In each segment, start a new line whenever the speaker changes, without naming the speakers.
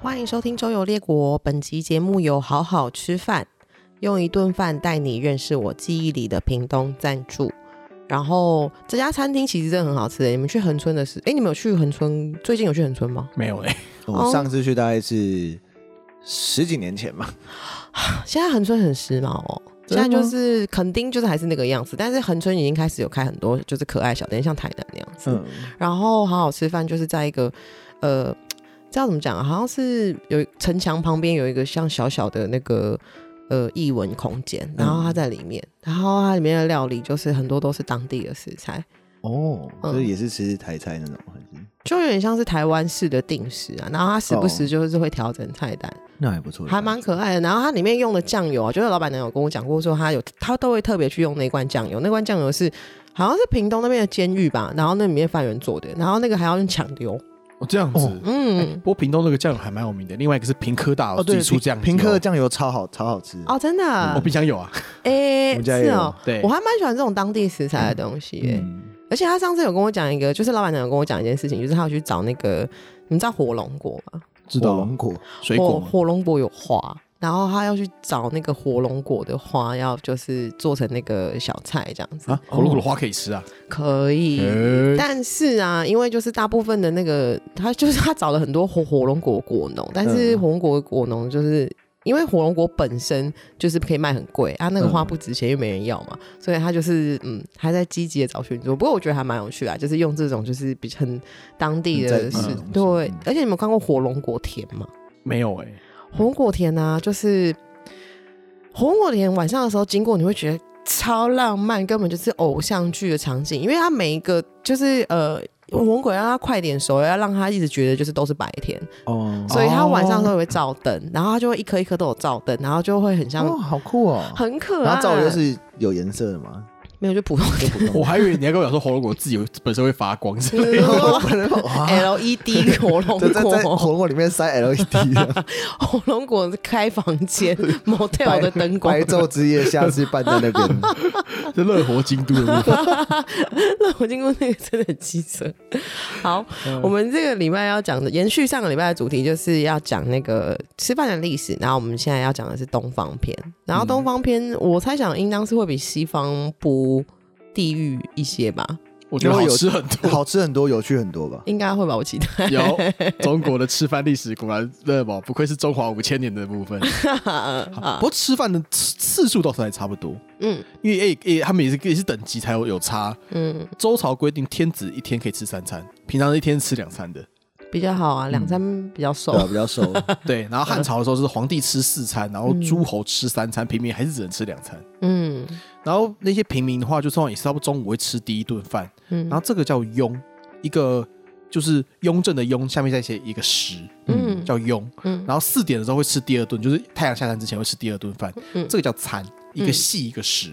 欢迎收听《周游列国》。本集节目由好好吃饭，用一顿饭带你认识我记忆里的屏东赞助。然后这家餐厅其实真的很好吃的，你们去恒春的时，哎，你们有去恒春？最近有去恒春吗？
没
欸
有嘞、
哦
我上次去大概是十几年前吧，
现在恒春很时髦哦，现
真
在
的吗
就是垦丁就是还是那个样子，但是恒春已经开始有开很多就是可爱小店，像台南那样子。
嗯，
然后好好吃饭就是在一个呃，知道怎么讲啊，好像是有城墙旁边有一个像小小的那个呃艺文空间，然后它在里面，然后它里面的料理就是很多都是当地的食材，
哦，
嗯
所以也是吃台菜那种，还是
就有点像是台湾式的定食啊，然后它时不时
哦
就是会调整菜单，
那还不错，
还蛮可爱的。然后它里面用的酱油啊，就是老板娘有跟我讲过，说他有他都会特别去用那罐酱油，那罐酱油是好像是屏东那边的监狱吧，然后那里面犯人做的，然后那个还要用抢油，
哦，这样子。
哦
嗯，
不过屏东这个酱油还蛮有名的，另外一个是平科大
哦，
有自
对
己，出酱油，
平克的酱油超好，超好吃，
哦，真的啊，
我冰箱有啊。
哎、
我们家也
是
有哎
哦，
对
我，还蛮喜欢这种当地食材的东西耶、
嗯，
而且他上次有跟我讲一个，就是老板娘有跟我讲一件事情，就是他有去找那个，你们知道火龙果吗？
知道
火龙果，
水
火
果嘛
火龙果有花，然后他要去找那个火龙果的花，要就是做成那个小菜这样子，
啊，火龙果的花可以吃啊。
可以。
诶
但是啊，因为就是大部分的那个，他就是他找了很多火火龙果果农，但是
嗯
火龙果果农就是因为火龙果本身就是可以卖很贵啊，那个花
嗯
不值钱，又没人要嘛，所以他就是嗯还在积极的找寻踪。不过我觉得还蛮有趣啊，就是用这种就是比很当地的
很在地
事
的东，西
对
嗯。
而且你们有看过火龙果田吗？
没有哎、
火龙果田啊，就是火龙果田晚上的时候经过，你会觉得超浪漫，根本就是偶像剧的场景，因为它每一个就是呃。火龙果要它快点熟，要让它一直觉得就是都是白天，
哦，
所以它晚上的时候也会照灯，然后它就会一颗一颗都有照灯，然后就会很像、
哦，好酷哦，
很可爱。
然后照的是有颜色的 嘛，
没有就普通
就普
我
通，
还以为你要跟我讲说火龙果自己本身会发光之类的。
LED E 火龙
啊就在 在
果，
火龙果里面塞 LED 的，
火龙果是开房 间 motel 的灯光
白，昼之夜，下次办在那边，
是乐活京都的部分。
那 我经过那个真的很机 车。好，
嗯
我们这个礼拜要讲的，延续上个礼拜的主题，就是要讲那个吃饭的历史。然后我们现在要讲的是东方篇，然后东方篇，我猜想应当是会比西方不地域一些吧，
我觉得好吃很多。
好吃很多，有趣很多 吧，
应该会吧，我期待。
有中国的吃饭历史果然热宝，不愧是中华五千年的部分。不过吃饭的次次数倒是还差不多，
嗯
因为诶诶、他们也是也是等级才有有差。
嗯，
周朝规定天子一天可以吃三餐，平常一天吃两餐的。
比较好啊，两餐比较瘦
对。啊，比较熟，
对，然后汉朝的时候是皇帝吃四餐，然后诸侯吃三餐，平民还是只能吃两餐。
嗯
然后那些平民的话，就通常也是差不多中午会吃第一顿饭，
嗯
然后这个叫雍，一个就是雍正的雍，下面再写一个时，
嗯
叫雍。
嗯
然后四点的时候会吃第二顿，就是太阳下山之前会吃第二顿饭，
嗯
这个叫餐，一个细一个实。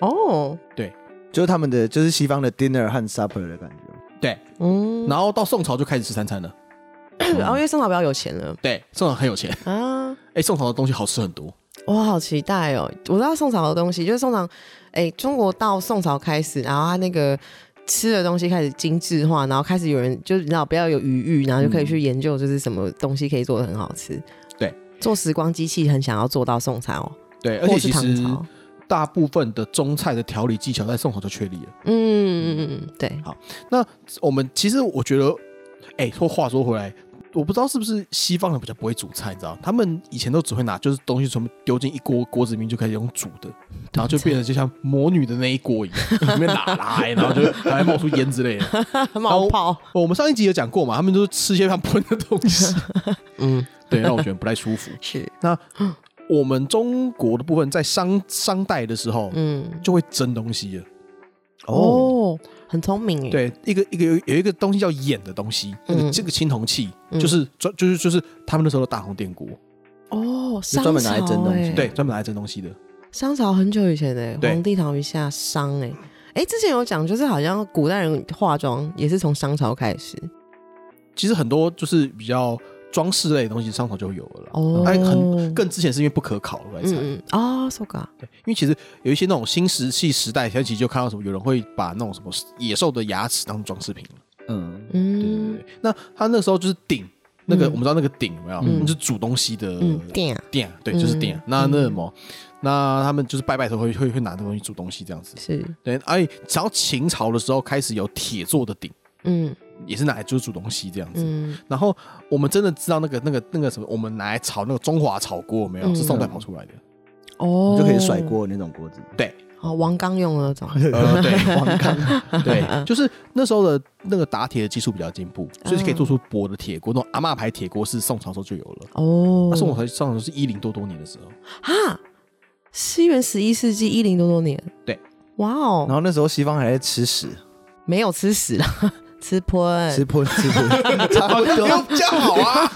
哦
就是他们的就是西方的 dinner 和 supper 的感觉，
对，
嗯，
然后到宋朝就开始吃三餐了。
然后因为宋朝比较有钱了
对，宋朝很有钱，
啊。
哎，宋朝的东西好吃很多。
我好期待哦！我知道宋朝的东西，就是宋朝，哎，中国到宋朝开始，然后他那个吃的东西开始精致化，然后开始有人就是你知道不要有余裕，然后就可以去研究就是什么东西可以做的很好吃。
对，
做时光机器很想要做到哦宋朝，
对，而
或
且
是
其
唐
实
朝。
大部分的中菜的调理技巧在宋朝就确立了。
嗯嗯嗯，对，
我们其实我觉得，哎、说话说回来，我不知道是不是西方人比较不会煮菜，你知道，他们以前都只会拿就是东西全部丢进一锅锅子里面就开始用煮的，然后就变得就像魔女的那一锅一样，里面哪来，然后就还会冒出烟之类的。
冒泡，
哦我们上一集有讲过嘛，他们都吃一些像喷的东西，
嗯，
对，让我觉得不太舒服。
是，
我们中国的部分在商商代的时候
嗯，
就会蒸东西了，
哦，很聪明耶，
对，一个一个有有一个东西叫眼的东西，那个
嗯
这个青铜器
嗯
就是专就是就是他们那时候的大红电锅。
哦，
就专门拿来
商朝
蒸东西
哎
对，专门来蒸东西的。
商朝很久以前的
对
皇帝唐一下商哎、哎、之前有讲，就是好像古代人化妆也是从商朝开始
其实很多就是比较装饰类的东西，商朝就有了啦。
哦，
哎，很更之前是因为不可考来猜，
嗯嗯啊，so ga，
对，因为其实有一些那种新石器时代，现在其实就看到什么有人会把那种什么野兽的牙齿当装饰品了。
嗯，
对对
嗯
对，那他那时候就是鼎，那个
嗯
我们知道那个鼎有没有？
嗯
就是煮东西的
嗯，电啊，
店，对，就是店
嗯。
那那什么，那他们就是拜拜的时候会会会拿这个东西煮东西这样子。
是，
对，哎，然后秦朝的时候开始有铁做的鼎，
嗯
也是拿来就是煮东西这样子。
嗯
然后我们真的知道那个那个那个什么，我们拿来炒那个中华炒锅有没有？
嗯
是宋代跑出来的。
哦
你就可以甩，锅的那种锅子。
对，
哦，王刚用的那种，
呃，对，王刚， 对，就是那时候的那个打铁的技术比较进步，所以
嗯
可以做出薄的铁锅。那种阿嬷牌铁锅是宋朝时候就有了，
哦，
那宋朝上朝是一零多多年 的时候。
哈，西元十一世纪一零多多年，
对，
哇
然
哦，
后那时候西方还在 吃屎，
没有吃屎啦， 吃喷，
吃破吃破， 差不
不要
多。
这样好 啊！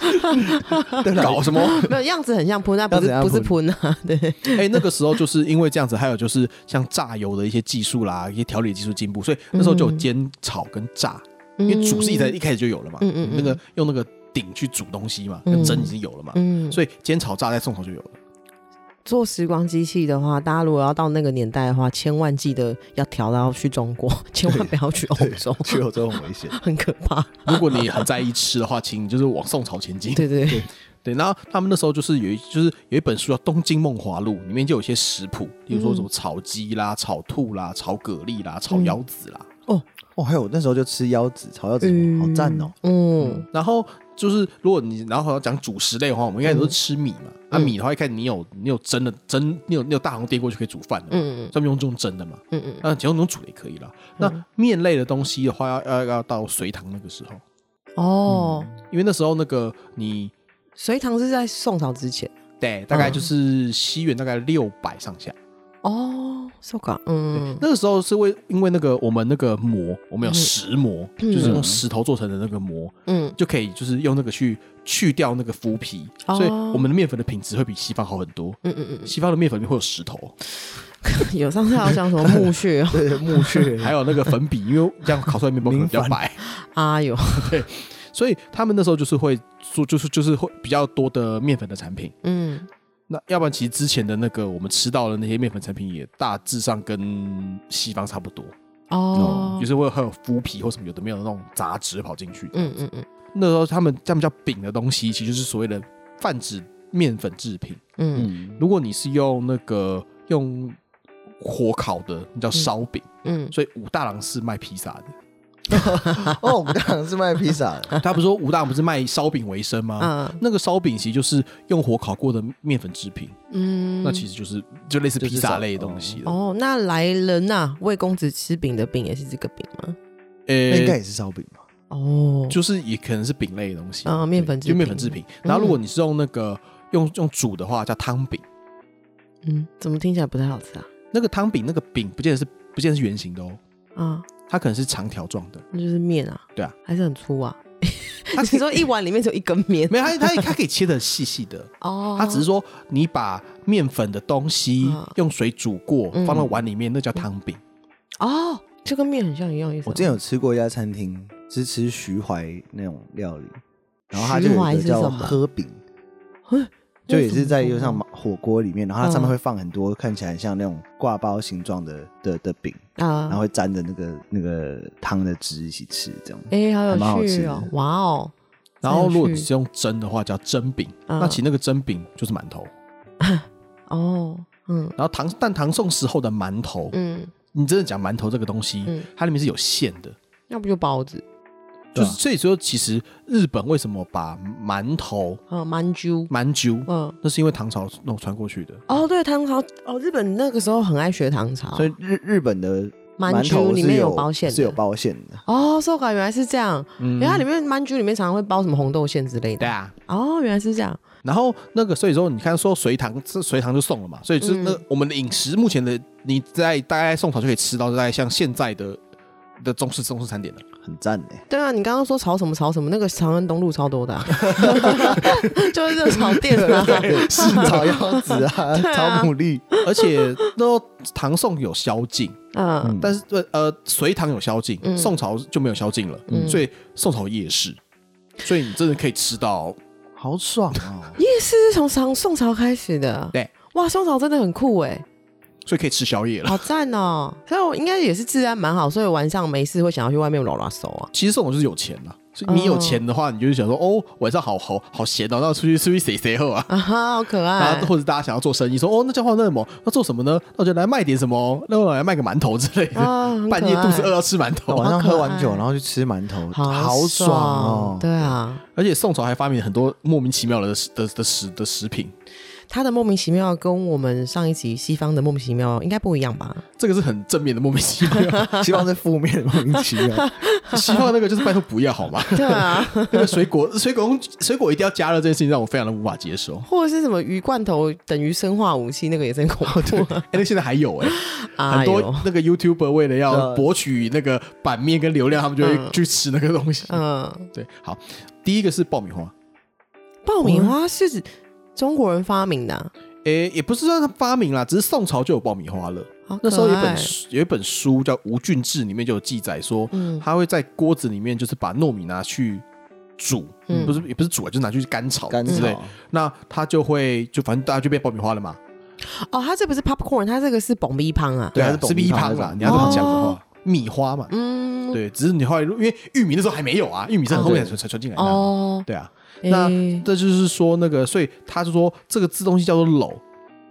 对啦
搞什么？
没有样子很像喷，但不
样子
是
很
不
像
是喷啊，对，
哎、那个时候就是因为这样子，还有就是像榨油的一些技术啦，一些调理技术进步，所以那时候就有煎、炒跟炸，因为煮是一在一开始就有了嘛，
嗯嗯嗯嗯
那个用那个鼎去煮东西嘛，
嗯
跟蒸已经有了嘛，
嗯，所以
所以煎、炒、炸在宋朝就有了。
做时光机器的话，大家如果要到那个年代的话，千万记得要调到去中国，千万不要去欧洲，
去欧洲很危险。
很可怕。
如果你很在意吃的话，请你就是往宋朝前进。
对对对，
对，然后他们那时候就是有一就是有一本书叫《东京梦华录》，里面就有一些食谱，比如说
嗯
什么炒鸡啦、炒兔啦、炒蛤蜊啦、炒腰子啦，
哇，哦还有那时候就吃腰子，炒腰子，好赞哦！
嗯，
然后就是，如果你然后要讲主食类的话，我们一开始都是吃米嘛。那、
嗯
米的话，一开始你有你有蒸的蒸，你有你有大红电锅就可以煮饭了。嗯
嗯
专门用这种蒸的嘛，
嗯嗯
那只用那种煮的也可以啦。那面类的东西的话，要要要到隋唐那个时候，
嗯，哦，
因为那时候那个你
隋唐是在宋朝之前
对，大概就是西元大概六百上下。
哦，宋港，
对
嗯，
那个时候是为因为那个我们那个磨，我们有
嗯
石磨，
嗯
就是用石头做成的那个磨，
嗯，
就可以就是用那个去去掉那个麸皮，
哦
所以我们的面粉的品质会比西方好很多。
嗯嗯
西方的面粉里面会有石头，
嗯，有上次好像什么墓穴哦，
对，墓 穴
还有那个粉笔，因为这样烤出来面包可能比较白，
啊有，
所以他们那时候就是会做，就是就是会比较多的面粉的产品。
嗯，
那要不然其实之前的那个我们吃到的那些面粉产品也大致上跟西方差不多，
哦
就，是会会有麸皮或什么有的没有的那种杂质跑进去。
嗯嗯嗯
那时候他们他们叫饼的东西，其实就是所谓的泛指面粉制品。
嗯
如果你是用那个用火烤的，那叫烧饼。
嗯，
所以武大郎是卖披萨的。
哦，我们当然是卖披萨 的，
他不是说武大郎不是卖烧饼为生吗？
嗯
那个烧饼其实就是用火烤过的面粉制品，
嗯，
那其实就是就类似披萨类的东西了。
哦，那来人呐、魏公子吃饼的饼也是这个饼吗？
那应该
呃，
也是烧饼吧？
哦，
就是也可能是饼类的东西
啊面粉制
对就
品
面粉制品。然后如果你是用那个用用煮的话，叫汤饼。
嗯，怎么听起来不太好吃啊？
那个汤饼那个饼不见得是不见得是圆形的哦，
啊，
它可能是长条状 的。
那就是面啊，
对啊，
还是很粗啊。
它可
你
以
说一碗里面只有一根面
没有它它它可以切的细细的，
哦，
它只是说你把面粉的东西
嗯
用水煮过，
嗯
放到碗里面，那叫汤饼。
哦，就跟面很像一样意思啊。
我之前有吃过一家餐厅，是吃徐怀那种料理，然后它就
徐
有
怀
一
是
个
什
叫
么
喝饼，
嘿
就也是在
为什
就
么
像火锅里面，然后它上面
嗯
会放很多看起来像那种挂包形状的的的饼，然后
啊，
会沾着那个那个汤的汁一起吃，这样。
哎，好
还蛮好
有
吃
趣
的
哦，哇哦，
然后如果
真
你
有趣
是用蒸的话，叫蒸饼。
嗯
那其实那个蒸饼就是馒头。
哦，嗯
然后唐但唐宋时候的馒头，
嗯，
你真的讲馒头这个东西，
嗯
它里面是有馅的，
要不就包子，
就
对啊
是所以说，其实日本为什么把馒头
嗯，蛮珠，
馒啾，
嗯。
那是因为唐朝那种传过去的。
哦，对，唐朝哦，日本那个时候很爱学唐朝，
所以日日本的
哦蛮
馒
珠
头
里
是
面
有
包馅的，
是有包馅的。
哦，寿感原来是这样，
嗯
因为它里面曼珠里面常常会包什么红豆馅之类的。
对啊。
哦，原来是这样。
然后那个，所以说你看，说隋唐，这隋唐就送了嘛，所以就是那
嗯
我们的饮食目前的，你在大概宋朝就可以吃到，大概像现在的的中式中式餐点了。
很赞 哎、
对啊，你刚刚说炒什么炒什么，那个长安东路超多的啊、就是热炒店啊。
对，是炒腰子 啊，
对啊
炒牡蛎，
而且那时候唐宋有宵禁，
嗯，
但是呃呃，隋唐有宵禁，
嗯
宋朝就没有宵禁了，
嗯
所以宋朝有夜市，所以你真的可以吃到。
好爽 哦！
夜市是从唐宋朝开始的。
对，
哇，宋朝真的很酷哎，
所以可以吃宵夜了。
好赞哦！所以我应该也是治安蛮好，所以晚上没事会想要去外面拉拉手啊。
其实宋朝就是有钱了，所以你有
嗯
钱的话，你就是想说，哦，晚上好好好闲哦，那出去出去谁谁后啊？
啊哈，好可
啊，
爱。
或者大家想要做生意，说哦，那叫换那什么，那做什么呢？那我就来卖点什么，哦那我来卖个馒头之类的。
啊很可
半夜肚子
爱
饿要吃馒
那
头，
晚上
好可
喝完
爱
酒，然后去吃馒头，
好
爽哦！
对啊，
而且宋朝还发明了很多莫名其妙的食的的食的食品，
他的莫名其妙跟我们上一集西方的莫名其妙应该不一样吧？
这个是很正面的莫名 其妙。
希望是负面的莫名其妙。
西方那个就是拜托不要好吗？
对啊，
那个水果 水果用水果一定要加热这件事情让我非常的无法接受。
或者是什么鱼罐头等于生化武器，那个也是很恐怖
哎、那现在还有哎、
啊！
很多那个 YouTuber 为了要
对
博取那个版面跟流量，他们就会
呃嗯
去吃那个东西。
嗯，
对，好，第一个是爆米花，
爆米花啊是指中国人发明的啊、
诶、也不是说他发明啦，只是宋朝就有爆米花了。
好可
那时候有一
爱
本书有一本书叫《吴郡志》，里面就有记载说，
嗯
他会在锅子里面就是把糯米拿去煮，
嗯
不是也不是煮啊，就拿去干炒
甘
之类
草。
那他就会就反正大家就变爆米花了嘛，
哦，它这不是 popcorn，它这个是爆米棒啊。
对
啊
它是爆
是
米
米
花
汤
那
啦，
种
你要这么讲的
哦
话，米花嘛，
嗯，
对，只是你后来因为玉米那时候还没有啊，玉米是
哦
后面才传传进来的啊，
哦，
对啊，那
诶
这就是说那个，所以他就说这个字东西叫做篓，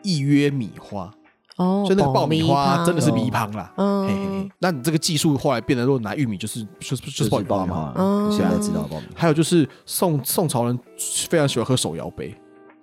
亦曰米花，
哦，
所以那个爆米花
棒
真的是米汤啦。嘿嘿
嗯
嘿，那你这个技术后来变得，如果拿玉米就是就是就是爆米花嘛。
嗯
现在知道爆米
还有就是宋宋朝人非常喜欢喝手摇杯，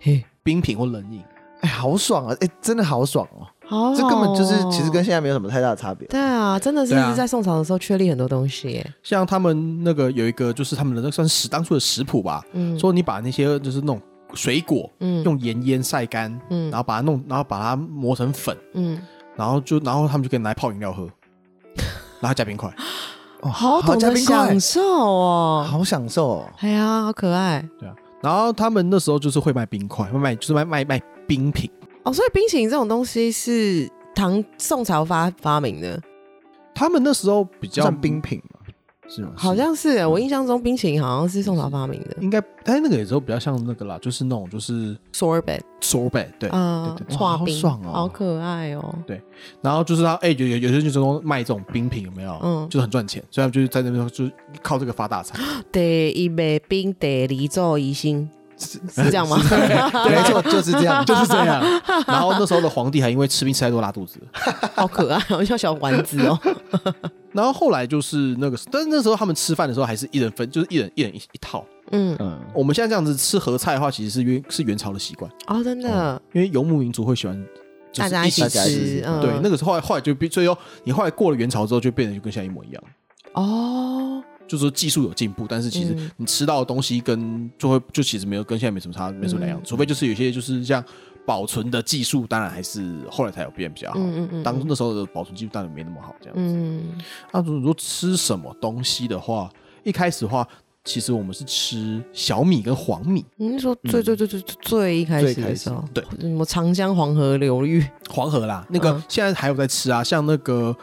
嘿，
冰品或冷饮。
花，哎，好爽啊！哎，真的好爽哦！
好好哦，
这根本就是其实跟现在没有什么太大的差别。
对啊，真的是
对啊
在宋朝的时候确立很多东西耶。
像他们那个有一个就是他们的那算是食当初的食谱吧，
嗯，
说你把那些就是那种水果
嗯
用盐腌晒干，
嗯
然后把它弄，然后把它磨成粉，
嗯，
然后就然后他们就可以拿来泡饮料喝，然后加冰块。
哦
好懂
加
得
冰块
享，受哦。
好享受哦。
哎呀，好可爱
对啊，然后他们那时候就是会卖冰块，会卖就是卖卖卖冰品。
哦！所以冰淇淋这种东西是唐宋朝发发明的，
他们那时候比较
算冰，品嘛，是吗？
好像是耶。我印象中冰淇淋好像是宋朝发明的
应该哎那个有时候比较像那个啦，就是那种就是
sorbet
sorbet 对，
啊
对，对
刨
好
冰，
爽哦
好可爱哦。
然后就是他哎有有有些人就是说卖这种冰品有没有？
嗯
就是很赚钱，所以他们就是在那边就是靠这个发大财。
第一杯冰，第二做疑心，是这样吗？
没 错，就是这样，
就是这样，然后那时候的皇帝还因为吃冰吃太多拉肚子，
好可爱哦，像小丸子 哦。
然后后来就是那个，但是那时候他们吃饭的时候还是一人分，就是一人一人一一套。
嗯，
嗯，
我们现在这样子吃合菜的话，其实是元是元朝的习惯，
哦，真的，
因为游牧民族会喜欢就
大
是
家一
起
起
大啊家一起
吃
吃，
嗯，
对，那个是后来后来就变，所以哦，你后来过了元朝之后，就变得就跟现在一模一样，
哦，
就是说技术有进步，但是其
嗯
实你吃到的东西跟就会就其实没有跟现在没什么差，没什么两样，
嗯
除非就是有些就是像保存的技术，当然还是后来才有变比较好。
嗯嗯嗯，
啊当那时候的保存技术当然没那么好，这样子。
嗯
那如果说吃什么东西的话，一开始的话，其实我们是吃小米跟黄米，
你是说最最最最最最一开始的时候，
嗯最开
什么长江黄河流域，
黄河啦，那个
嗯
现在还有在吃啊，像那个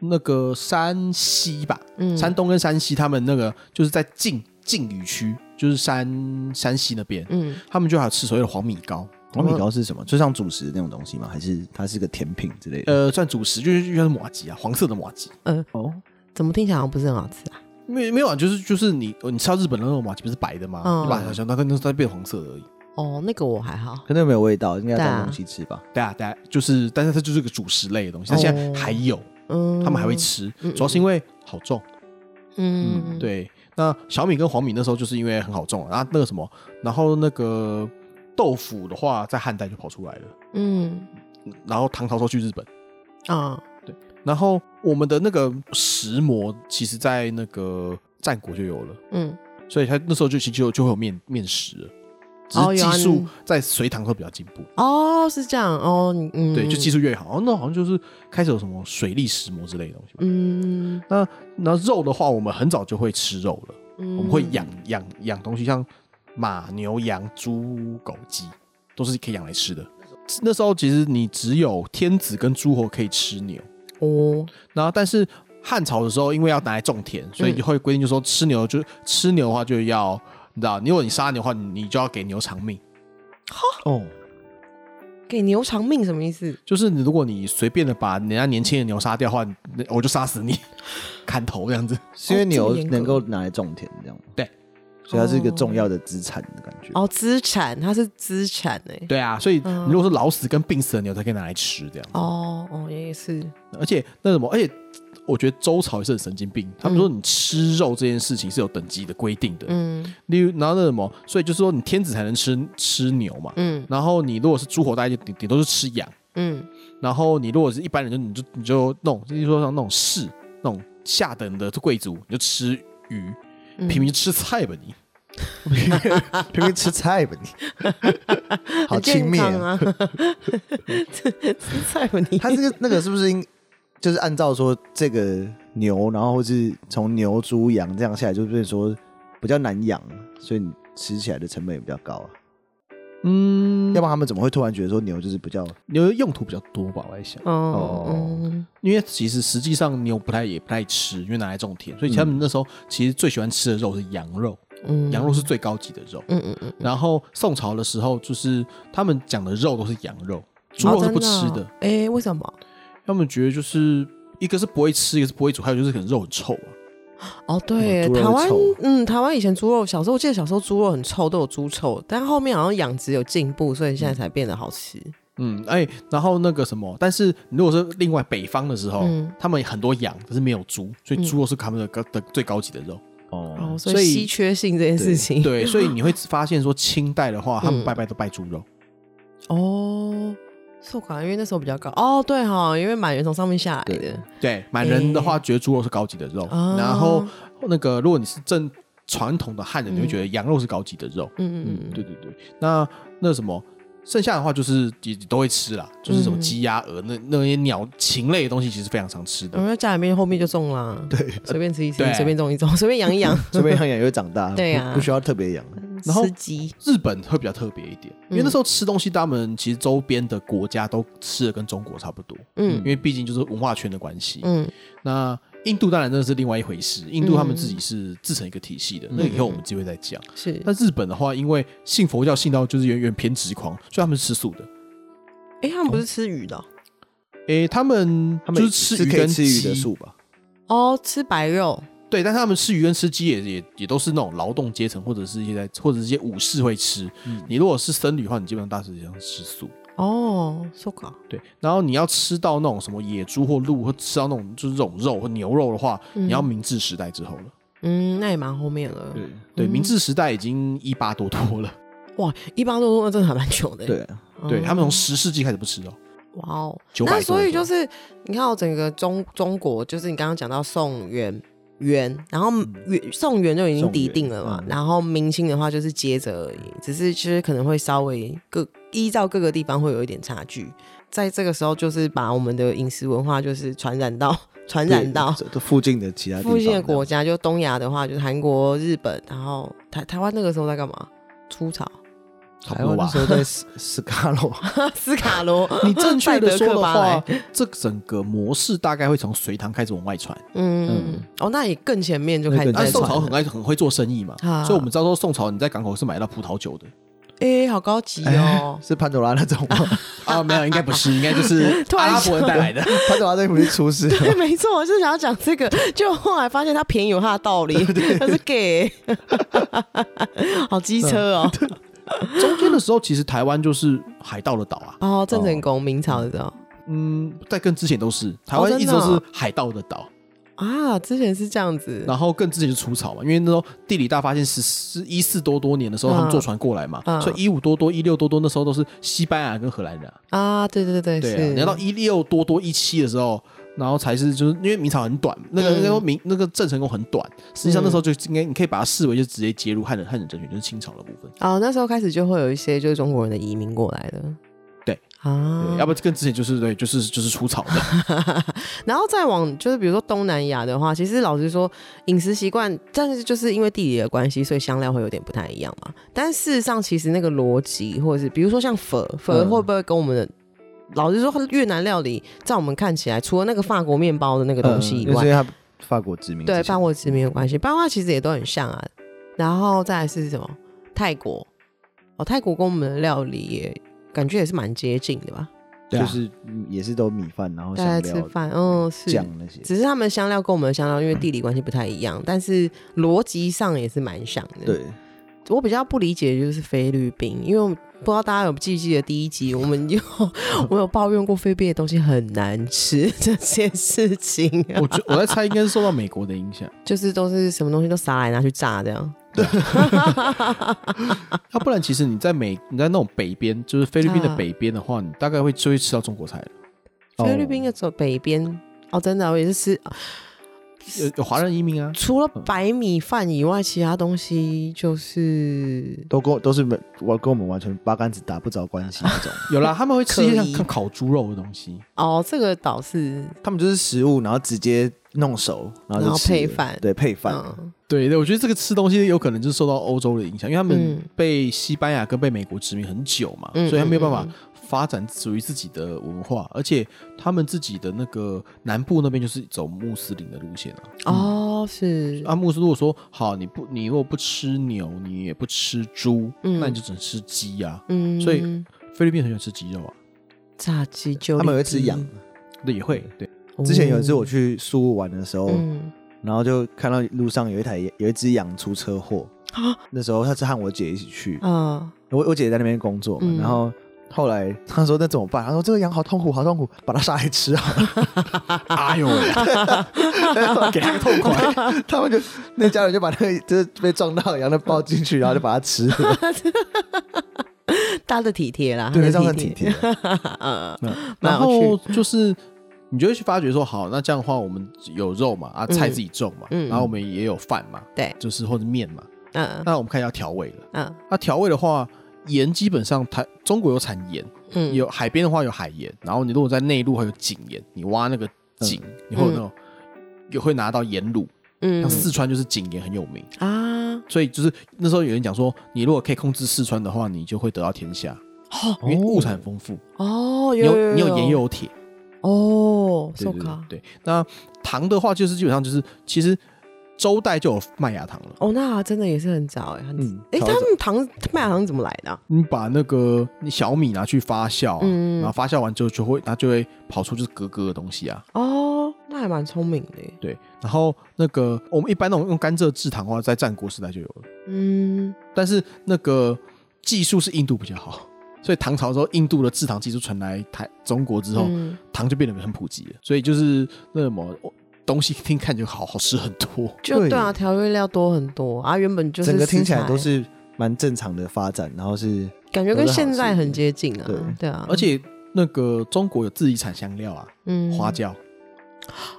那个山西吧，
嗯，
山东跟山西他们那个就是在晋晋语区，就是山山西那边，
嗯，
他们就还有吃所谓的黄米糕，
黄米糕是什么？就像主食那种东西吗？还是它是个甜品之类的？
呃，算主食，就是就像是马吉啊，黄色的马吉。
哦，
怎么听起来好像不是很好吃啊？
没没有啊，就是就是你你吃到日本的那种马吉不是白的吗？
嗯
你把它想到它它它变黄色的而已。
哦，那个我还好，
可能没有味道，应该
对啊
当东西吃吧。
对啊对啊，就是但是它就是个主食类的东西，它现在还有，
哦嗯，
他们还会，吃
嗯嗯，
主要是因为好重。
嗯，，
对，那小米跟黄米那时候就是因为很好种，然后那个什么，然后那个豆腐的话，在汉代就跑出来了，
嗯
然后唐朝时候去日本，
啊，
然后我们的那个石磨，其实在那个战国就有了，
嗯，
所以它那时候就其实就就会有面面食了。只
哦
是
有啊
技术
你
在隋唐会比较进步，
哦，是这样，哦，你嗯，
对，就技
实，
术越好。哦那好像就是开始有什么水利石磨之类的东西吧。
嗯，
那那肉的话，我们很早就会吃肉了，
我
我们会养养养东西，像马、牛、羊、猪、狗、鸡，都是可以养来吃的。那时候其实你只有天子跟诸侯可以吃牛，
哦，
然后但是汉朝的时候，因为要拿来种田，所以
嗯
就会规定就说吃牛就吃牛的话就要，你知道，如果你杀牛的话，你你就要给牛偿命。
哦，
给牛偿命什么意思？
就是你如果你随便的把人家年轻的牛杀掉的话，你我就杀死你，砍头这样子。
是因为
哦这么
牛
严格
能够拿来种田这样吗，
对，
所以它是一个重要的资产的感觉。
哦，资产，它是资产哎、
对啊，所以你如果是老死跟病死的牛才可以拿来吃这样。
哦哦，也是，
而且那什么，而且我觉得周朝也是很神经病，他们说你吃肉这件事情是有等级的规定的。
嗯
例如，然后那什么，所以就是说你天子才能吃吃牛嘛，
嗯
然后你如果是诸侯，大家就顶顶多是吃羊，
嗯
然后你如果是一般人就，你就你就那种，就是说像那种士那种下等的贵族，你就吃鱼，
嗯，
平民吃菜吧你。
偏偏吃菜吧你， 好
很健
轻蔑
康！啊， 吃菜吧你，
它这个那个是不是应就是按照说这个牛，然后或是从牛、猪、羊这样下来，就变成说比较难养，所以你吃起来的成本也比较高啊。
嗯
要，不然他们怎么会突然觉得说牛就是比较
牛的用途比较多吧，我在想，
哦
哦
嗯
因为其实实际上牛不太也不太吃，因为拿来种田，所以他们那时候其实最喜欢吃的肉是羊肉，
嗯，
羊肉是最高级的肉。
嗯嗯嗯
然后宋朝的时候，就是他们讲的肉都是羊肉，猪肉是不吃的。
哎、诶为什么？
他们觉得就是一个是不会吃，一个是不会煮，还有就是可能肉很臭啊。
哦，对，
嗯猪肉
台湾
臭，
嗯，台湾以前猪肉，小时候我记得小时候猪肉很臭，都有猪臭，但后面好像养殖有进步，所以现在才变得好吃。
嗯，哎，然后那个什么，但是如果是另外北方的时候，
嗯
他们很多羊，可是没有猪，所以猪肉是他们的高的最高级的肉。
哦，
哦？
所
所
以
以
稀缺性这件事情，
对，所以你会发现说，清代的话，他
嗯
们拜拜都拜猪肉。
哦，受感，因为那时候比较高。哦，对哈，因为满人从上面下来的，嗯
对，满人的话，觉得猪肉是高级的肉。
哦
然后那个，如果你是正传统的汉人，你会觉得羊肉是高级的肉。
嗯
嗯，
嗯
对对对。那那什么，剩下的话就是也都会吃啦，就是
嗯
什么鸡鸭鹅那那些鸟禽类的东西，其实非常常吃
嗯，
的。
因为家里面后面就种啦，对， 随便吃一吃，
对
随便种一种，随便养一养，
这边养养也会长大，
对啊
不不需要特别养。
然后
吃鸡，
日本会比较特别一点，因为
嗯
那时候吃东西，他们其实周边的国家都吃的跟中国差不多，
嗯
因为毕竟就是文化圈的关系。
嗯
那印度当然那是另外一回事，印度他们自
嗯
己是自成一个体系的，那以后我们机会再讲。
是，
但日本的话，因为信佛教信到就是远远偏执狂，所以他们是吃素的。
哎，他们不是吃鱼的哦
诶、他们
他们
就是吃
是
鱼
可以
跟
吃鱼
鸡
的素吧？
哦，吃白肉，
对，但是他们吃鱼跟吃鸡也也也都是那种劳动阶层，或者是一些在或者是一些武士会吃。你如果是僧侣的话，你基本上大致上吃素。
哦，受感，
对，然后你要吃到那种什么野猪或鹿，或吃到那种就是这种肉或牛肉的话，你要明治时代之后了。
嗯，那也蛮后面了，
对，明治时代已经一八多多了。
哇，一般都真的还蛮久的，
对，啊，
嗯
对他们从十世纪开始不吃肉。
哇哦，
900
那所以
多
就
的
是你看，我哦整个中中国，就是你刚刚讲到宋元元，然后元宋元就已经
嗯宋
抵
元
定了嘛，
嗯
然后明清的话就是接着而已，只是其实可能会稍微各依照各个地方会有一点差距，在这个时候就是把我们的饮食文化就是传染到 传染到
这这附近的其他地方
附近的国家，就东亚的话就是韩国、日本，然后台台湾那个时候在干嘛？出草，
差
台
不多
湾那
吧
时。候在斯斯卡罗，
斯卡罗，
你正确的说
拜
的
德
话
克，
这整个模式大概会从隋唐开始往外传。
嗯，哦，那也更前面就
那
开始
更
那
在
前
宋
传
面
朝很爱很会做生意嘛，
啊
所以我们知道说宋朝你在港口是买到葡萄酒的
哎、好高级哦！
是潘多拉那种 吗？
啊，没有，应该不是，应该就是
突然
阿拉伯人带来的。
潘多拉那不是厨师 吗？
对，没错，我就是想要讲这个，就后来发现它便宜有它的道 理，它是 gay，好 机车哦！
嗯中间的时候，其实台湾就是海盗的岛啊，
哦，郑成功明朝的时候
嗯，在更之前都是台湾
真的
一直都
哦
是海盗的岛，
啊，之前是这样子，
然后更之前就出草嘛，因为那时候地理大发现是是一四多多年的时候，他
嗯
们坐船过来嘛，
嗯
所以一五多多、一六多多那时候都是西班牙跟荷兰人、啊，
啊，对对对
对、啊，
是，
你要到一六多多一七的时候，然后才是就是因为明朝很短，那个
嗯
那个明那个郑成功很短，实际上那时候就应该你可以把它视为就直接接入汉人汉人政权，就是清朝的部分，
哦，那时候开始就会有一些就是中国人的移民过来的，
对
啊
对，要，不更之前就是对，就是就是出草的，
然后再往就是比如说东南亚的话，其实老实说，饮食习惯，但是就是因为地理的关系，所以香料会有点不太一样嘛。但事实上，其实那个逻辑，或者是比如说像粉粉
嗯
会不会跟我们的、老实说，越南料理在我们看起来，除了那个法国面包的那个东西以
嗯就
外，
是因为他法国殖民之
对
前，
法国殖民有关系，包括其实也都很像啊。然后再来是什么？泰国哦，泰国跟我们的料理也感觉也是蛮接近的吧？
对
就
啊
是嗯也是都米饭，然后
大家
香
吃
料、
饭，嗯，是。
酱那些。
只是他们的香料跟我们的香料因为地理关系不太一样，但是逻辑上也是蛮像的。
对，
我比较不理解的就是菲律宾，因为我不知道大家有记不记得第一集，我们有 我有抱怨过菲律宾的东西很难吃这件事情、啊，
我觉我在猜应该是受到美国的影响，
就是都是什么东西都撒来拿去炸这样。
要啊不然其实你在美你在那种北边，就是菲律宾的
啊
北边的话，你大概会就会吃到中国菜了，
哦
菲律宾的走北边哦，真的、我也是吃，
有有华人移民啊，
除了白米饭以外，其他东西就是
都跟我都是没我跟我们完全八竿子打不着关系那 种。
有啦，他们会吃一些像
可疑
像烤猪肉的东西，
哦，这个倒是
他们就是食物，然后直接弄熟，然后
然
就
后
吃了
配饭
对，配饭。
嗯
对对，我觉得这个吃东西有可能就是受到欧洲的影响，因为他们
嗯
被西班牙跟被美国殖民很久嘛，
嗯
所以他没有办法
嗯嗯
发展属于自己的文化，而且他们自己的那个南部那边就是走穆斯林的路线啊。
哦是
啊，穆斯如果说好，你不你如果不吃牛，你也不吃猪，
嗯
那你就只能吃鸡啊。
嗯，
所以菲律宾很喜欢吃鸡肉啊，嗯
炸鸡就
他们也会吃羊。
对，也会对。
之前有一次我去哦苏武玩的时候，
嗯
然后就看到路上有一台有一只羊出车祸。
啊
那时候他是和我姐一起去，
啊
我我姐在那边工作嘛，
嗯
然后后来她说那怎么办？她说这个羊好痛苦，好痛苦，把它杀来吃啊，
哎 呦喂，
给它个 痛快。他们就那家人就把那个就是被撞到的羊的抱进去，然后就把它吃了，
搭的体贴啦，
对，
很
这样很体 贴。
呃，
然
蛮有
后就是你就会去发觉说，好，那这样的话我们有肉嘛，啊，菜自己种嘛，
嗯
然后我们也有饭嘛，
对
就是或者面嘛。
嗯
那我们看一下调味了。
嗯
那调味的话，盐基本上台中国有产盐，
嗯，
有海边的话有海盐，然后你如果在内陆还有井盐，你挖那个井，你会有那种、也会拿到盐卤。
嗯
像四川就是井盐很有名，
啊，
所以就是那时候有人讲说，你如果可以控制四川的话，你就会得到天下，
哦
因为物产丰富，
哦，
你
有
有你有盐又有铁。
哦，
对
寿
对
卡
对，那糖的话就是基本上就是其实周代就有麦芽糖了。
哦，那真的也是很早哎，很
嗯，
哎，
超
他们糖麦芽糖怎么来的啊？
你把那个你小米拿去发酵、啊，
嗯
然后发酵完之后就会它就会跑出就是格格的东西啊。
哦，那还蛮聪明的欸耶，
对，然后那个我们一般那种用甘蔗制糖的话，在战国时代就有了，
嗯
但是那个技术是印度比较好，所以唐朝之后，印度的制糖技术传来台中国之后，
嗯，
糖就变得很普及了，所以就是那什么哦东西听看就好好吃很多。
就
对
对啊，调味料多很多啊，原本就是
整个听起来
食材
都是蛮正常的发展，然后是
感觉
有
跟
的好
现在
吃
很接近啊
对，
对啊，
而且那个中国有自己产香料啊，
嗯
花椒，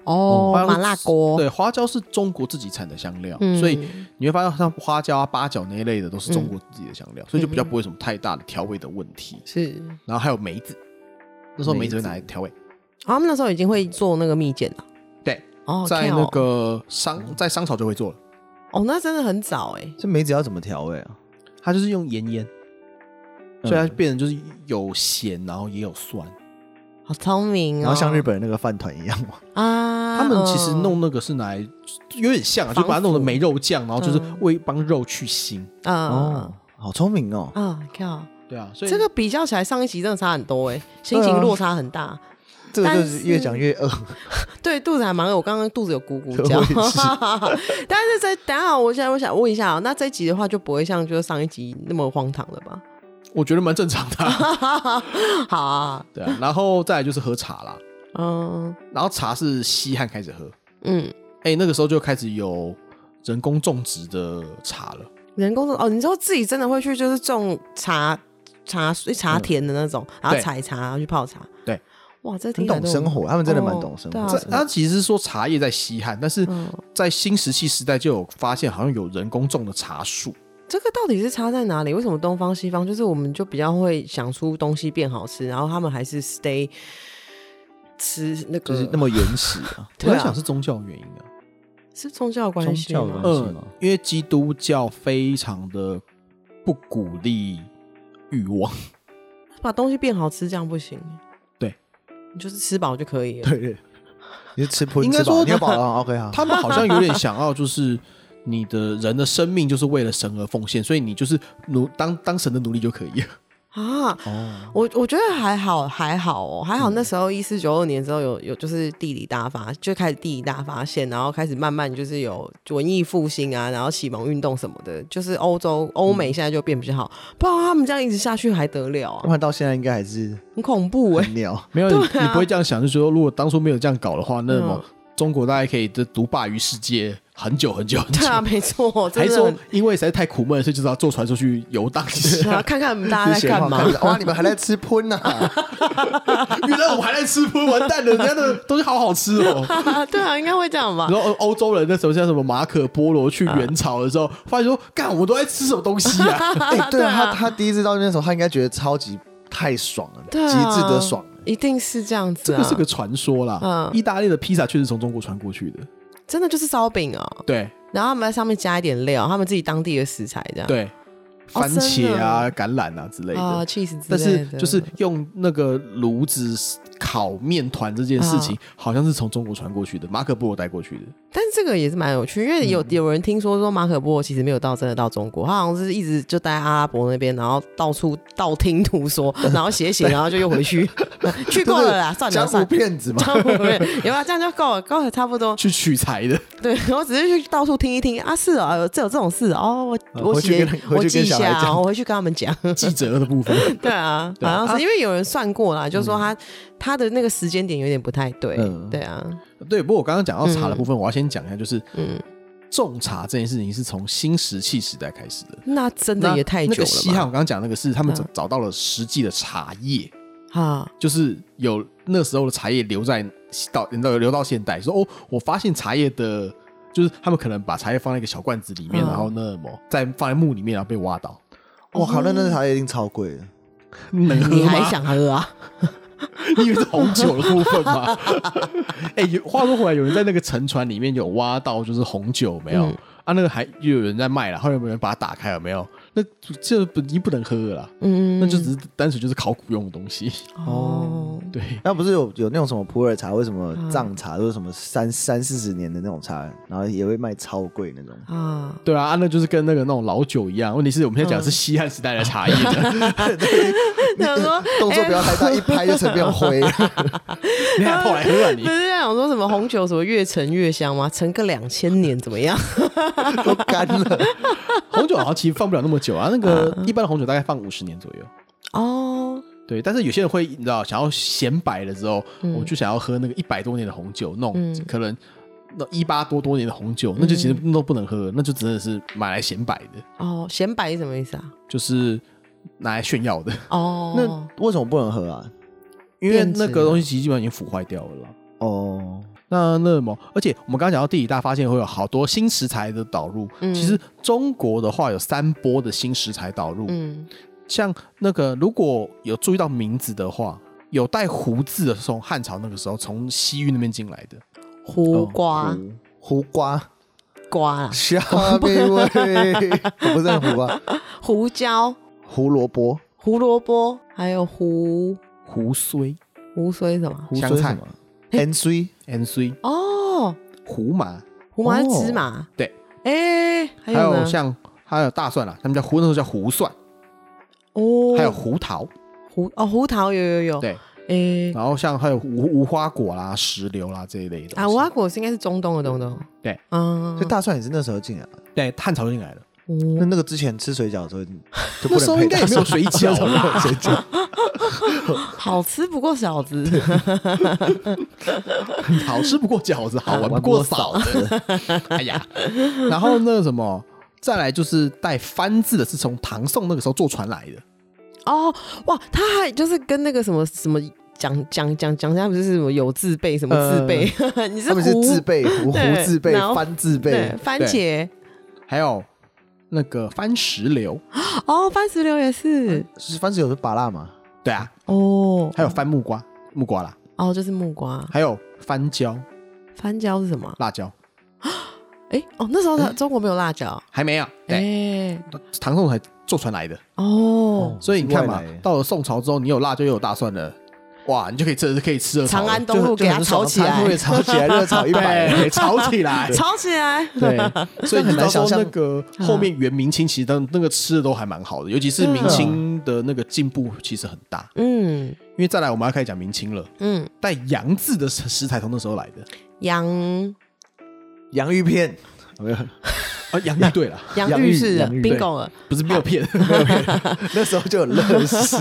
哦
嗯
花椒，
麻辣锅，
对，花椒是中国自己产的香料，
嗯，
所以你会发现像花椒啊、八角那一类的都是中国自己的香料，
嗯
所以就比较不会有什么太大的调味的问题。
是
然后还有梅子，那时候梅子会拿来
梅子
调味。
啊他们那时候已经会做那个蜜饯了。
对，
哦，
在
跳
那个商在商朝就会做了，
哦，那真的很早哎、
这梅子要怎么调味啊？
它就是用盐腌，
嗯
所以它变成就是有咸，然后也有酸。
好聪明哦。
然后像日本人那个饭团一样嘛，
啊，
他们其实
嗯
弄那个是拿来有点像啊，就
防
把它弄得
腐
梅肉酱，然后就是
嗯
为帮肉去腥。
啊
哦，好聪明哦。
啊，跳
对啊，所以
这个比较起来，上一集真的差很多哎、心
对
情
啊
落差很大。
这个就
但
是
是
越讲越饿，
对，肚子还蛮饿，我刚刚肚子有咕咕
我
叫
也是。
但是这等一下，我想我想问一下、哦，那这一集的话就不会像就是上一集那么荒唐了吧？
我觉得蛮正常的啊、
好啊，
对啊，然后再来就是喝茶啦，
嗯
然后茶是西汉开始喝，
嗯，
哎、那个时候就开始有人工种植的茶了。
人工种哦，你知道自己真的会去就是种茶茶水茶田的那种，然后
对
采茶，然后去泡茶。
对，
哇，这
很
听起来
懂
都
生活，他们真的蛮
哦
懂生
对
活
啊
这
这
的。
它其实是说茶叶在西汉，但是
嗯
在新石器时代就有发现，好像有人工种的茶树。
这个到底是差在哪里？为什么东方西方就是我们就比较会想出东西变好吃，然后他们还是 stay 吃那个
就是那么原始 啊，
嗯对
我在
啊
想是宗教原因啊，
是宗教关系
宗教
吗？
关系是
嗯
吗，
因为基督教非常的不鼓励欲望，
把东西变好吃这样不行。
对，
你就是吃饱就可以了。
对 对，你就吃喷，
应该
吃饱
说
你要饱了，OK 哦好。
他们好像有点想要就是。你的人的生命就是为了神而奉献，所以你就是奴当当神的奴隶就可以了。
啊。
哦，
我我觉得还好，还好哦，还好
嗯
那时候一四九二年之后有有就是地理大发，就开始地理大发现，然后开始慢慢就是有文艺复兴啊，然后启蒙运动什么的，就是欧洲欧美现在就变比较好，不然他们这样一直下去还得了
哦不
啊，
然到现在应该还是
很恐怖哎、
很鸟。
没有、你
对啊
你不会这样想，就是说如果当初没有这样搞的话，那么
嗯
中国大概可以这独霸于世界很久很久很久。
对啊，没错，
还
真
说
的。
因为实在太苦闷，所以就是要坐船出去游荡一
是 啊，
下。
看看大家在
闲话
干嘛
看？着 哇，你们还在吃喷呐、啊？
原来我们还在吃荤，完蛋了，人家的东西好好吃哦。
对啊，应该会这样吧
然？后欧欧洲人那时候像什么马可波罗去元朝的时候，发现说干我们都在吃什么东西啊？
哎、 对
对
啊，
啊
他他第一次到那边的时候，他应该觉得超级太爽了，
对啊
极致的爽。
一定是这样子
这
啊！
个是个传说啦
嗯。
意大利的披萨确实从中国传过去的，
真的就是烧饼啊，
对
然后他们在上面加一点料，他们自己当地的食材这样。
对，
哦
番茄啊、橄榄啊之类的
啊。，cheese 之
但
类
是
的
就是用那个炉子烤面团这件事
嗯
情，好像是从中国传过去的，马可波罗带过去的。
但是这个也是蛮有趣，因为有、有人听说说马可波罗其实没有到真的到中国，他好像是一直就待阿拉伯那边，然后到处道听途说，然后写写，然后就又回去，去够了啦，算
江
了
湖
算了。
骗子嘛，
江湖骗有啊，这样就够了，够了，差不多。
去取材的，
对，我只是去到处听一听啊，是啊，有这有这种事哦，我我
回去
写
跟他，回
我
去
记一
跟小孩
下啊，
讲
我回去跟他们讲。
记者的部分，
对啊，
对啊
好像是因为有人算过啦，就是说他他的那个时间点有点不太对
嗯。
对啊，
对。不过我刚刚讲到茶的部分，我要先讲一下，就是
嗯，
种茶这件事情是从新石器时代开始的。
那真
那
的也太
那
久
个
了
西汉，
吧？
我刚刚讲那个是他们找
嗯
找到了实际的茶叶，
啊，
就是有那时候的茶叶留在到到留到现代，说哦，我发现茶叶的，就是他们可能把茶叶放在一个小罐子里面，
嗯
然后那么再放在墓里面，然后被挖到，
我靠，那那茶叶一定超贵的。
能喝吗？
嗯你还想喝啊？
因为是红酒的部分 嘛。哎、有话说回来，有人在那个沉船里面有挖到就是红酒没有？
嗯
啊，那个还又有人在卖了，后来有没有人把它打开了没有？那这不已经不能喝了啦，
嗯，
那就只是单纯就是考古用的东西。
哦，
对，
那不是有有那种什么普洱茶，为什么藏茶都是什么三三四十年的那种茶，然后也会卖超贵那种。
啊，
对啊，啊那就是跟那个那种老酒一样。问题是我们现在讲的是西汉时代的茶叶的，
想说 哎
动作不要太大，一拍就随便挥。
你还跑来喝啊你
不？是在想说什么红酒什么越陈越香吗？陈个两千年怎么样？
都干了。
红酒好像其实放不了那么久啊，那个一般的红酒大概放五十年左右。
哦，
对，但是有些人会你知道，想要显摆的时候，我就想要喝那个一百多年的红酒，那种、可能那一八多多年的红酒，那就其实那都不能喝，那就真的是买来显摆的，
哦，显摆是什么意思啊？
就是拿来炫耀的。
哦，
那为什么不能喝啊？
因为
变质
那个东西其实基本上已经腐坏掉了啦。
哦，
那那么，而且我们刚刚讲到地理大发现会有好多新食材的导入，其实中国的话有三波的新食材导入，
嗯，
像那个如果有注意到名字的话，有带“胡”字的，从汉朝那个时候从西域那边进来的。
胡
哦
瓜
胡瓜，
瓜啦，
下面一位，我 不是很胡瓜，
胡椒、
胡萝卜，
胡萝卜，还有胡
胡荽、
胡荽什么？
胡哎
香
说
菜
什么？N C
N C、
哦，
胡麻，
胡麻是
哦
芝麻，
对，
哎，还
还
有呢
有，像还有大蒜啦，他们叫胡那时候叫胡蒜，
哦，
还有胡桃，
胡哦胡桃有有有，
对，
哎，
然后像还有无无花果啦、石榴啦这一类的
啊，无花果是应该是中东的东东，
对，
嗯
所以，大蒜也是那时候进来啊的。
对，汉朝进来的，
嗯
那那个之前吃水饺的时候就
那
不
时
能
候
配
应该也没有水 饺
大蒜
啦。
水饺。
好吃不过小子，
好吃不过饺子，
啊
好玩不过嫂子。 哎呀，然后那个什么，再来就是带“番”字的，是从唐宋那个时候坐船来的。
哦，哇，他还就是跟那个什么什么讲讲讲讲，他不是什么有自备什么自备， 你是
呃他们是
胡
自备胡胡
对
自备
然后
番自备
对，番茄
还有那个番石榴，
哦，番石榴也是
是番石榴是芭辣嘛？
对啊，
哦
还有番木瓜，木瓜啦，
哦，就是木瓜，
还有番椒、
番椒是什么？
辣椒，
哎哦，那时候他
嗯
中国没有辣椒，
还没有，对，
哎
唐宋才坐船来的，
哦
所以你看
是
嘛
外来，的
到了宋朝之后，你有辣椒又有大蒜了，哇，你就可以这可以吃热炒
长
了。
安东路
嗯就
给它炒起来，。
会炒起来，热炒一百。
对，炒起来
炒起来。
对，所以
很
很
难想
难想嗯
象
象那个后面原明清其实当那个吃的都还蛮好的，尤其是明清的那个进步其实很大。
嗯
因为再来我们要开始讲明清了，
嗯，
带“洋”字的食食材从那时候来的
洋
洋芋片， 没有
啊，洋芋对了，
洋
洋
芋
芋
式的
洋芋
bingo 了，
不是没有骗， 没有骗，
那时候就有乐事，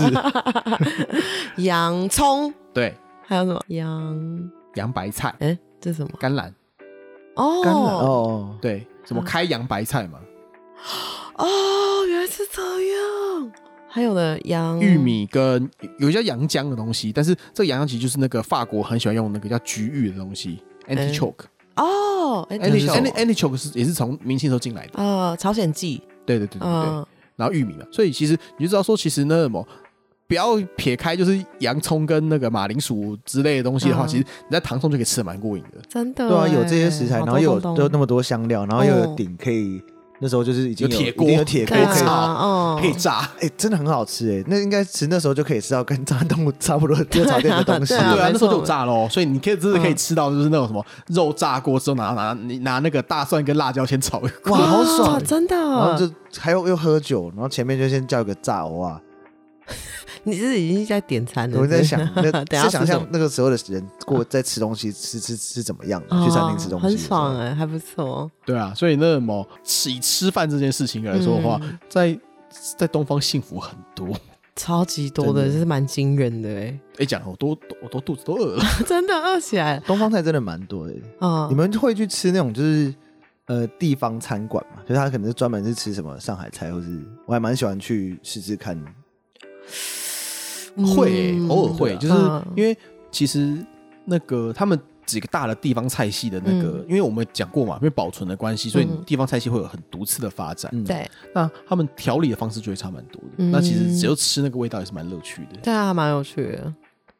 洋葱
对，
还有什么洋？
洋白菜、
哎，这是什么？
甘蓝，嗯
干了
哦
哦，
对，什么开洋白菜嘛，
哦，原来是这样。还有呢，洋
玉米跟有一叫洋姜的东西，但是这个洋姜其实就是那个法国很喜欢用那个叫菊芋的东西，antichoke。
哦，哎，
anti
对
anti 哎 antichoke 是也是从明清时候进来的，
啊，朝鲜蓟，
对对对对对。
嗯
然后玉米嘛，所以其实你就知道说，其实那什么，不要撇开就是洋葱跟那个马铃薯之类的东西的话，
嗯
其实你在糖粽就可以吃的蛮过瘾的。
真的
对啊，
哎
有这些食材，
好
然
多
后又有
东东
都有那么多香料，然后又有
哦
鼎可以，那时候就是已经
有铁
一定有
锅
铁
对
锅
可
可
以
以
炒
啊，
可以
嗯
炸，
哎、真的很好吃哎、那应该吃那时候就可以吃到跟炸动物差不多热 炒店的东西。
对啊
对啊，
没
那时
错
候
嗯
就有炸喽，所以你可以真的可以吃到就是那种什么肉炸锅之后拿拿你拿那个大蒜跟辣椒先炒一锅，
哇，好
哇
爽！
真的。
然后就还有又喝酒，然后前面就先叫一个炸鹅啊。
你是已经在点餐了，
我在想， 那
等
是
下
想
吃什
象
么
那个时候的人过在吃东西吃吃吃怎么样的，
哦
去餐厅吃东西
很爽。哎，还不错。
对啊，所以那什么吃以吃饭这件事情来说的话，
嗯
在在东方幸福很多。
超级多的，
真的
这是蛮惊人的哎，
哎，讲得我都我都肚子都饿了，
真的饿起来了
东方菜真的蛮多的、
啊！
你们会去吃那种就是呃地方餐馆嘛？就是他可能是专门是吃什么上海菜，或是我还蛮喜欢去试试看。
嗯
会欸、偶尔
对
会，
啊
就是
嗯
因为其实那个他们几个大的地方菜系的那个，因为我们讲过嘛，因为保存的关系，所以
嗯
地方菜系会有很独特的发展。
嗯
对
那他们调理的方式就会差蛮多的。
嗯
那其实只有吃那个味道也是蛮乐趣的。
对啊，蛮有趣的。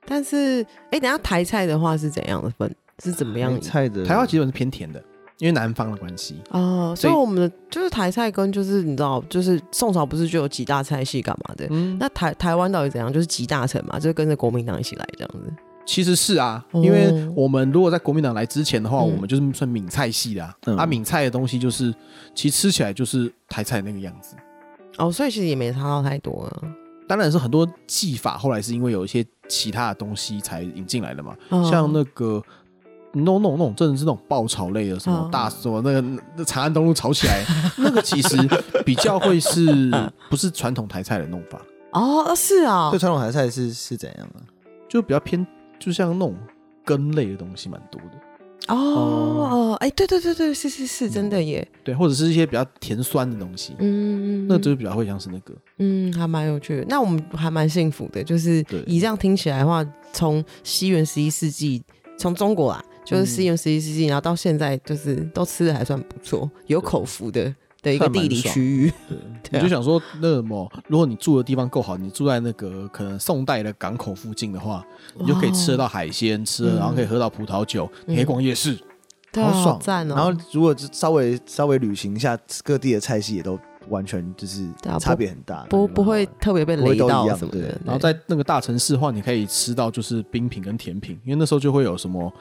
但是哎，等一下台菜的话是怎样的分？是怎么样
台？菜的
台湾其实是偏甜的，因为南方的关系。
哦，所
所
以
以
我们的就是台菜跟就是你知道，就是宋朝不是就有几大菜系干嘛的？
嗯，
那台台湾到底怎样？就是集大成嘛，就是跟着国民党一起来这样子。
其实是啊，
哦
因为我们如果在国民党来之前的话，
嗯
我们就是算闽菜系的啊。
嗯
啊，闽菜的东西就是其实吃起来就是台菜那个样子。
哦，所以其实也没差到太多啊了。
当然是很多技法，后来是因为有一些其他的东西才引进来的嘛，
嗯
像那个。no no 那种真的是那种爆炒类的，什么
嗯
大什么那个那长安东路炒起来， 那个其实比较会是不是传统台菜的弄法，
哦，是啊
对，传统台菜是是怎样啊？
就比较偏就像那种根类的东西蛮多
哦
的，
哦，哎，对对对对，是是是，真的耶。
对，或者是一些比较甜酸的东西，
嗯，
那就是比较会像是那个
嗯，还蛮有趣的。那我们还蛮幸福的，就是
对
以这样听起来的话，从西元十一世纪，从中国啊，就是西元十一世纪，然后到现在，就是都吃的还算不错，有口福的的一个
算蛮
地理
爽
区域。对
你
啊
就想说，那么如果你住的地方够好，你住在那个可能宋代的港口附近的话，你就可以吃得到海鲜，吃了
哦嗯
然后可以喝到葡萄酒，你可以逛夜市。
对啊
好爽，
赞哦！
然后如果就稍微稍微旅行一下各地的菜系，也都完全就是
对啊不
差别很大，
不不会特别被
不会
雷
都一
到
样
什么
对
的。
然后
对
在那个大城市的话，你可以吃到就是冰品跟甜品，因为那时候就会有什么，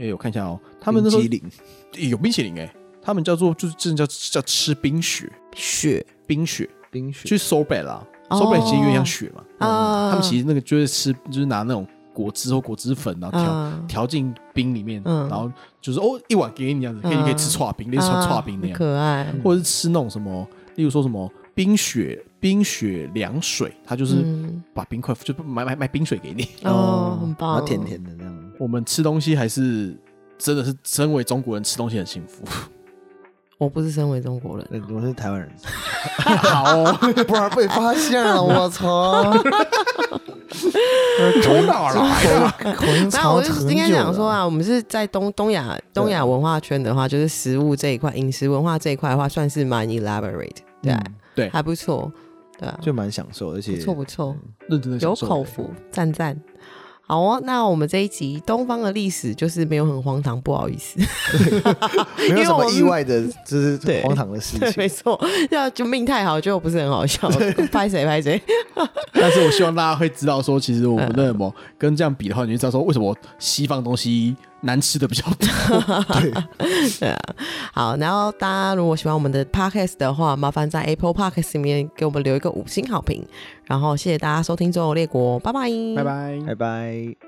哎，我看一下哦，他们那时候
冰激凌
诶有冰淇淋哎，他们叫做就是真的叫叫吃冰雪，
雪
冰雪
冰雪
就是 sorbet 啦
哦
，sorbet 其实有点像雪嘛，
啊，
嗯他们其实那个就是吃就是拿那种果汁或果汁粉然后调
啊
调进冰里面，
嗯
然后就是哦一碗给你这样子，可以、
嗯
可以吃刨冰，类似
啊
刨冰那
很
样，
可爱。
或者是吃那种什么，例如说什么冰雪冰雪凉水，它就是
嗯
把冰块就买买买冰水给你。
哦，很
然
棒，
后甜。甜的这样。
我们吃东西还是真的是身为中国人吃东西很幸福，
我不是身为中国人，
那我是台湾人，
好哦，
不然被发现了，我操！
从
啊
哪来的？
口口音
那
超
我
很久
就
了
应该讲说，啊，我们是在东东亚东亚文化圈的话，就是食物这一块、饮食文化这一块的话，算是蛮 elaborate，对啊、
嗯
对，
还不错，对啊，
就蛮享受，而且
不错不错，
认真的
有口福，赞赞。好哦，那我们这一集东方的历史就是没有很荒唐，不好意思，
没有什
因为
么
我
意外的，就是
对
荒唐的事
对，
情。
没错，要就命太好，就不是很好笑，拍谁拍谁，
但是我希望大家会知道说，其实我们的什么跟这样比的话，你就知道说为什么西方东西难吃的比较多。
对啊，好，然后大家如果喜欢我们的 podcast 的话，麻烦在 Apple Podcast 里面给我们留一个五星好评，然后谢谢大家收听《周游列国》，拜拜，
拜。
拜拜。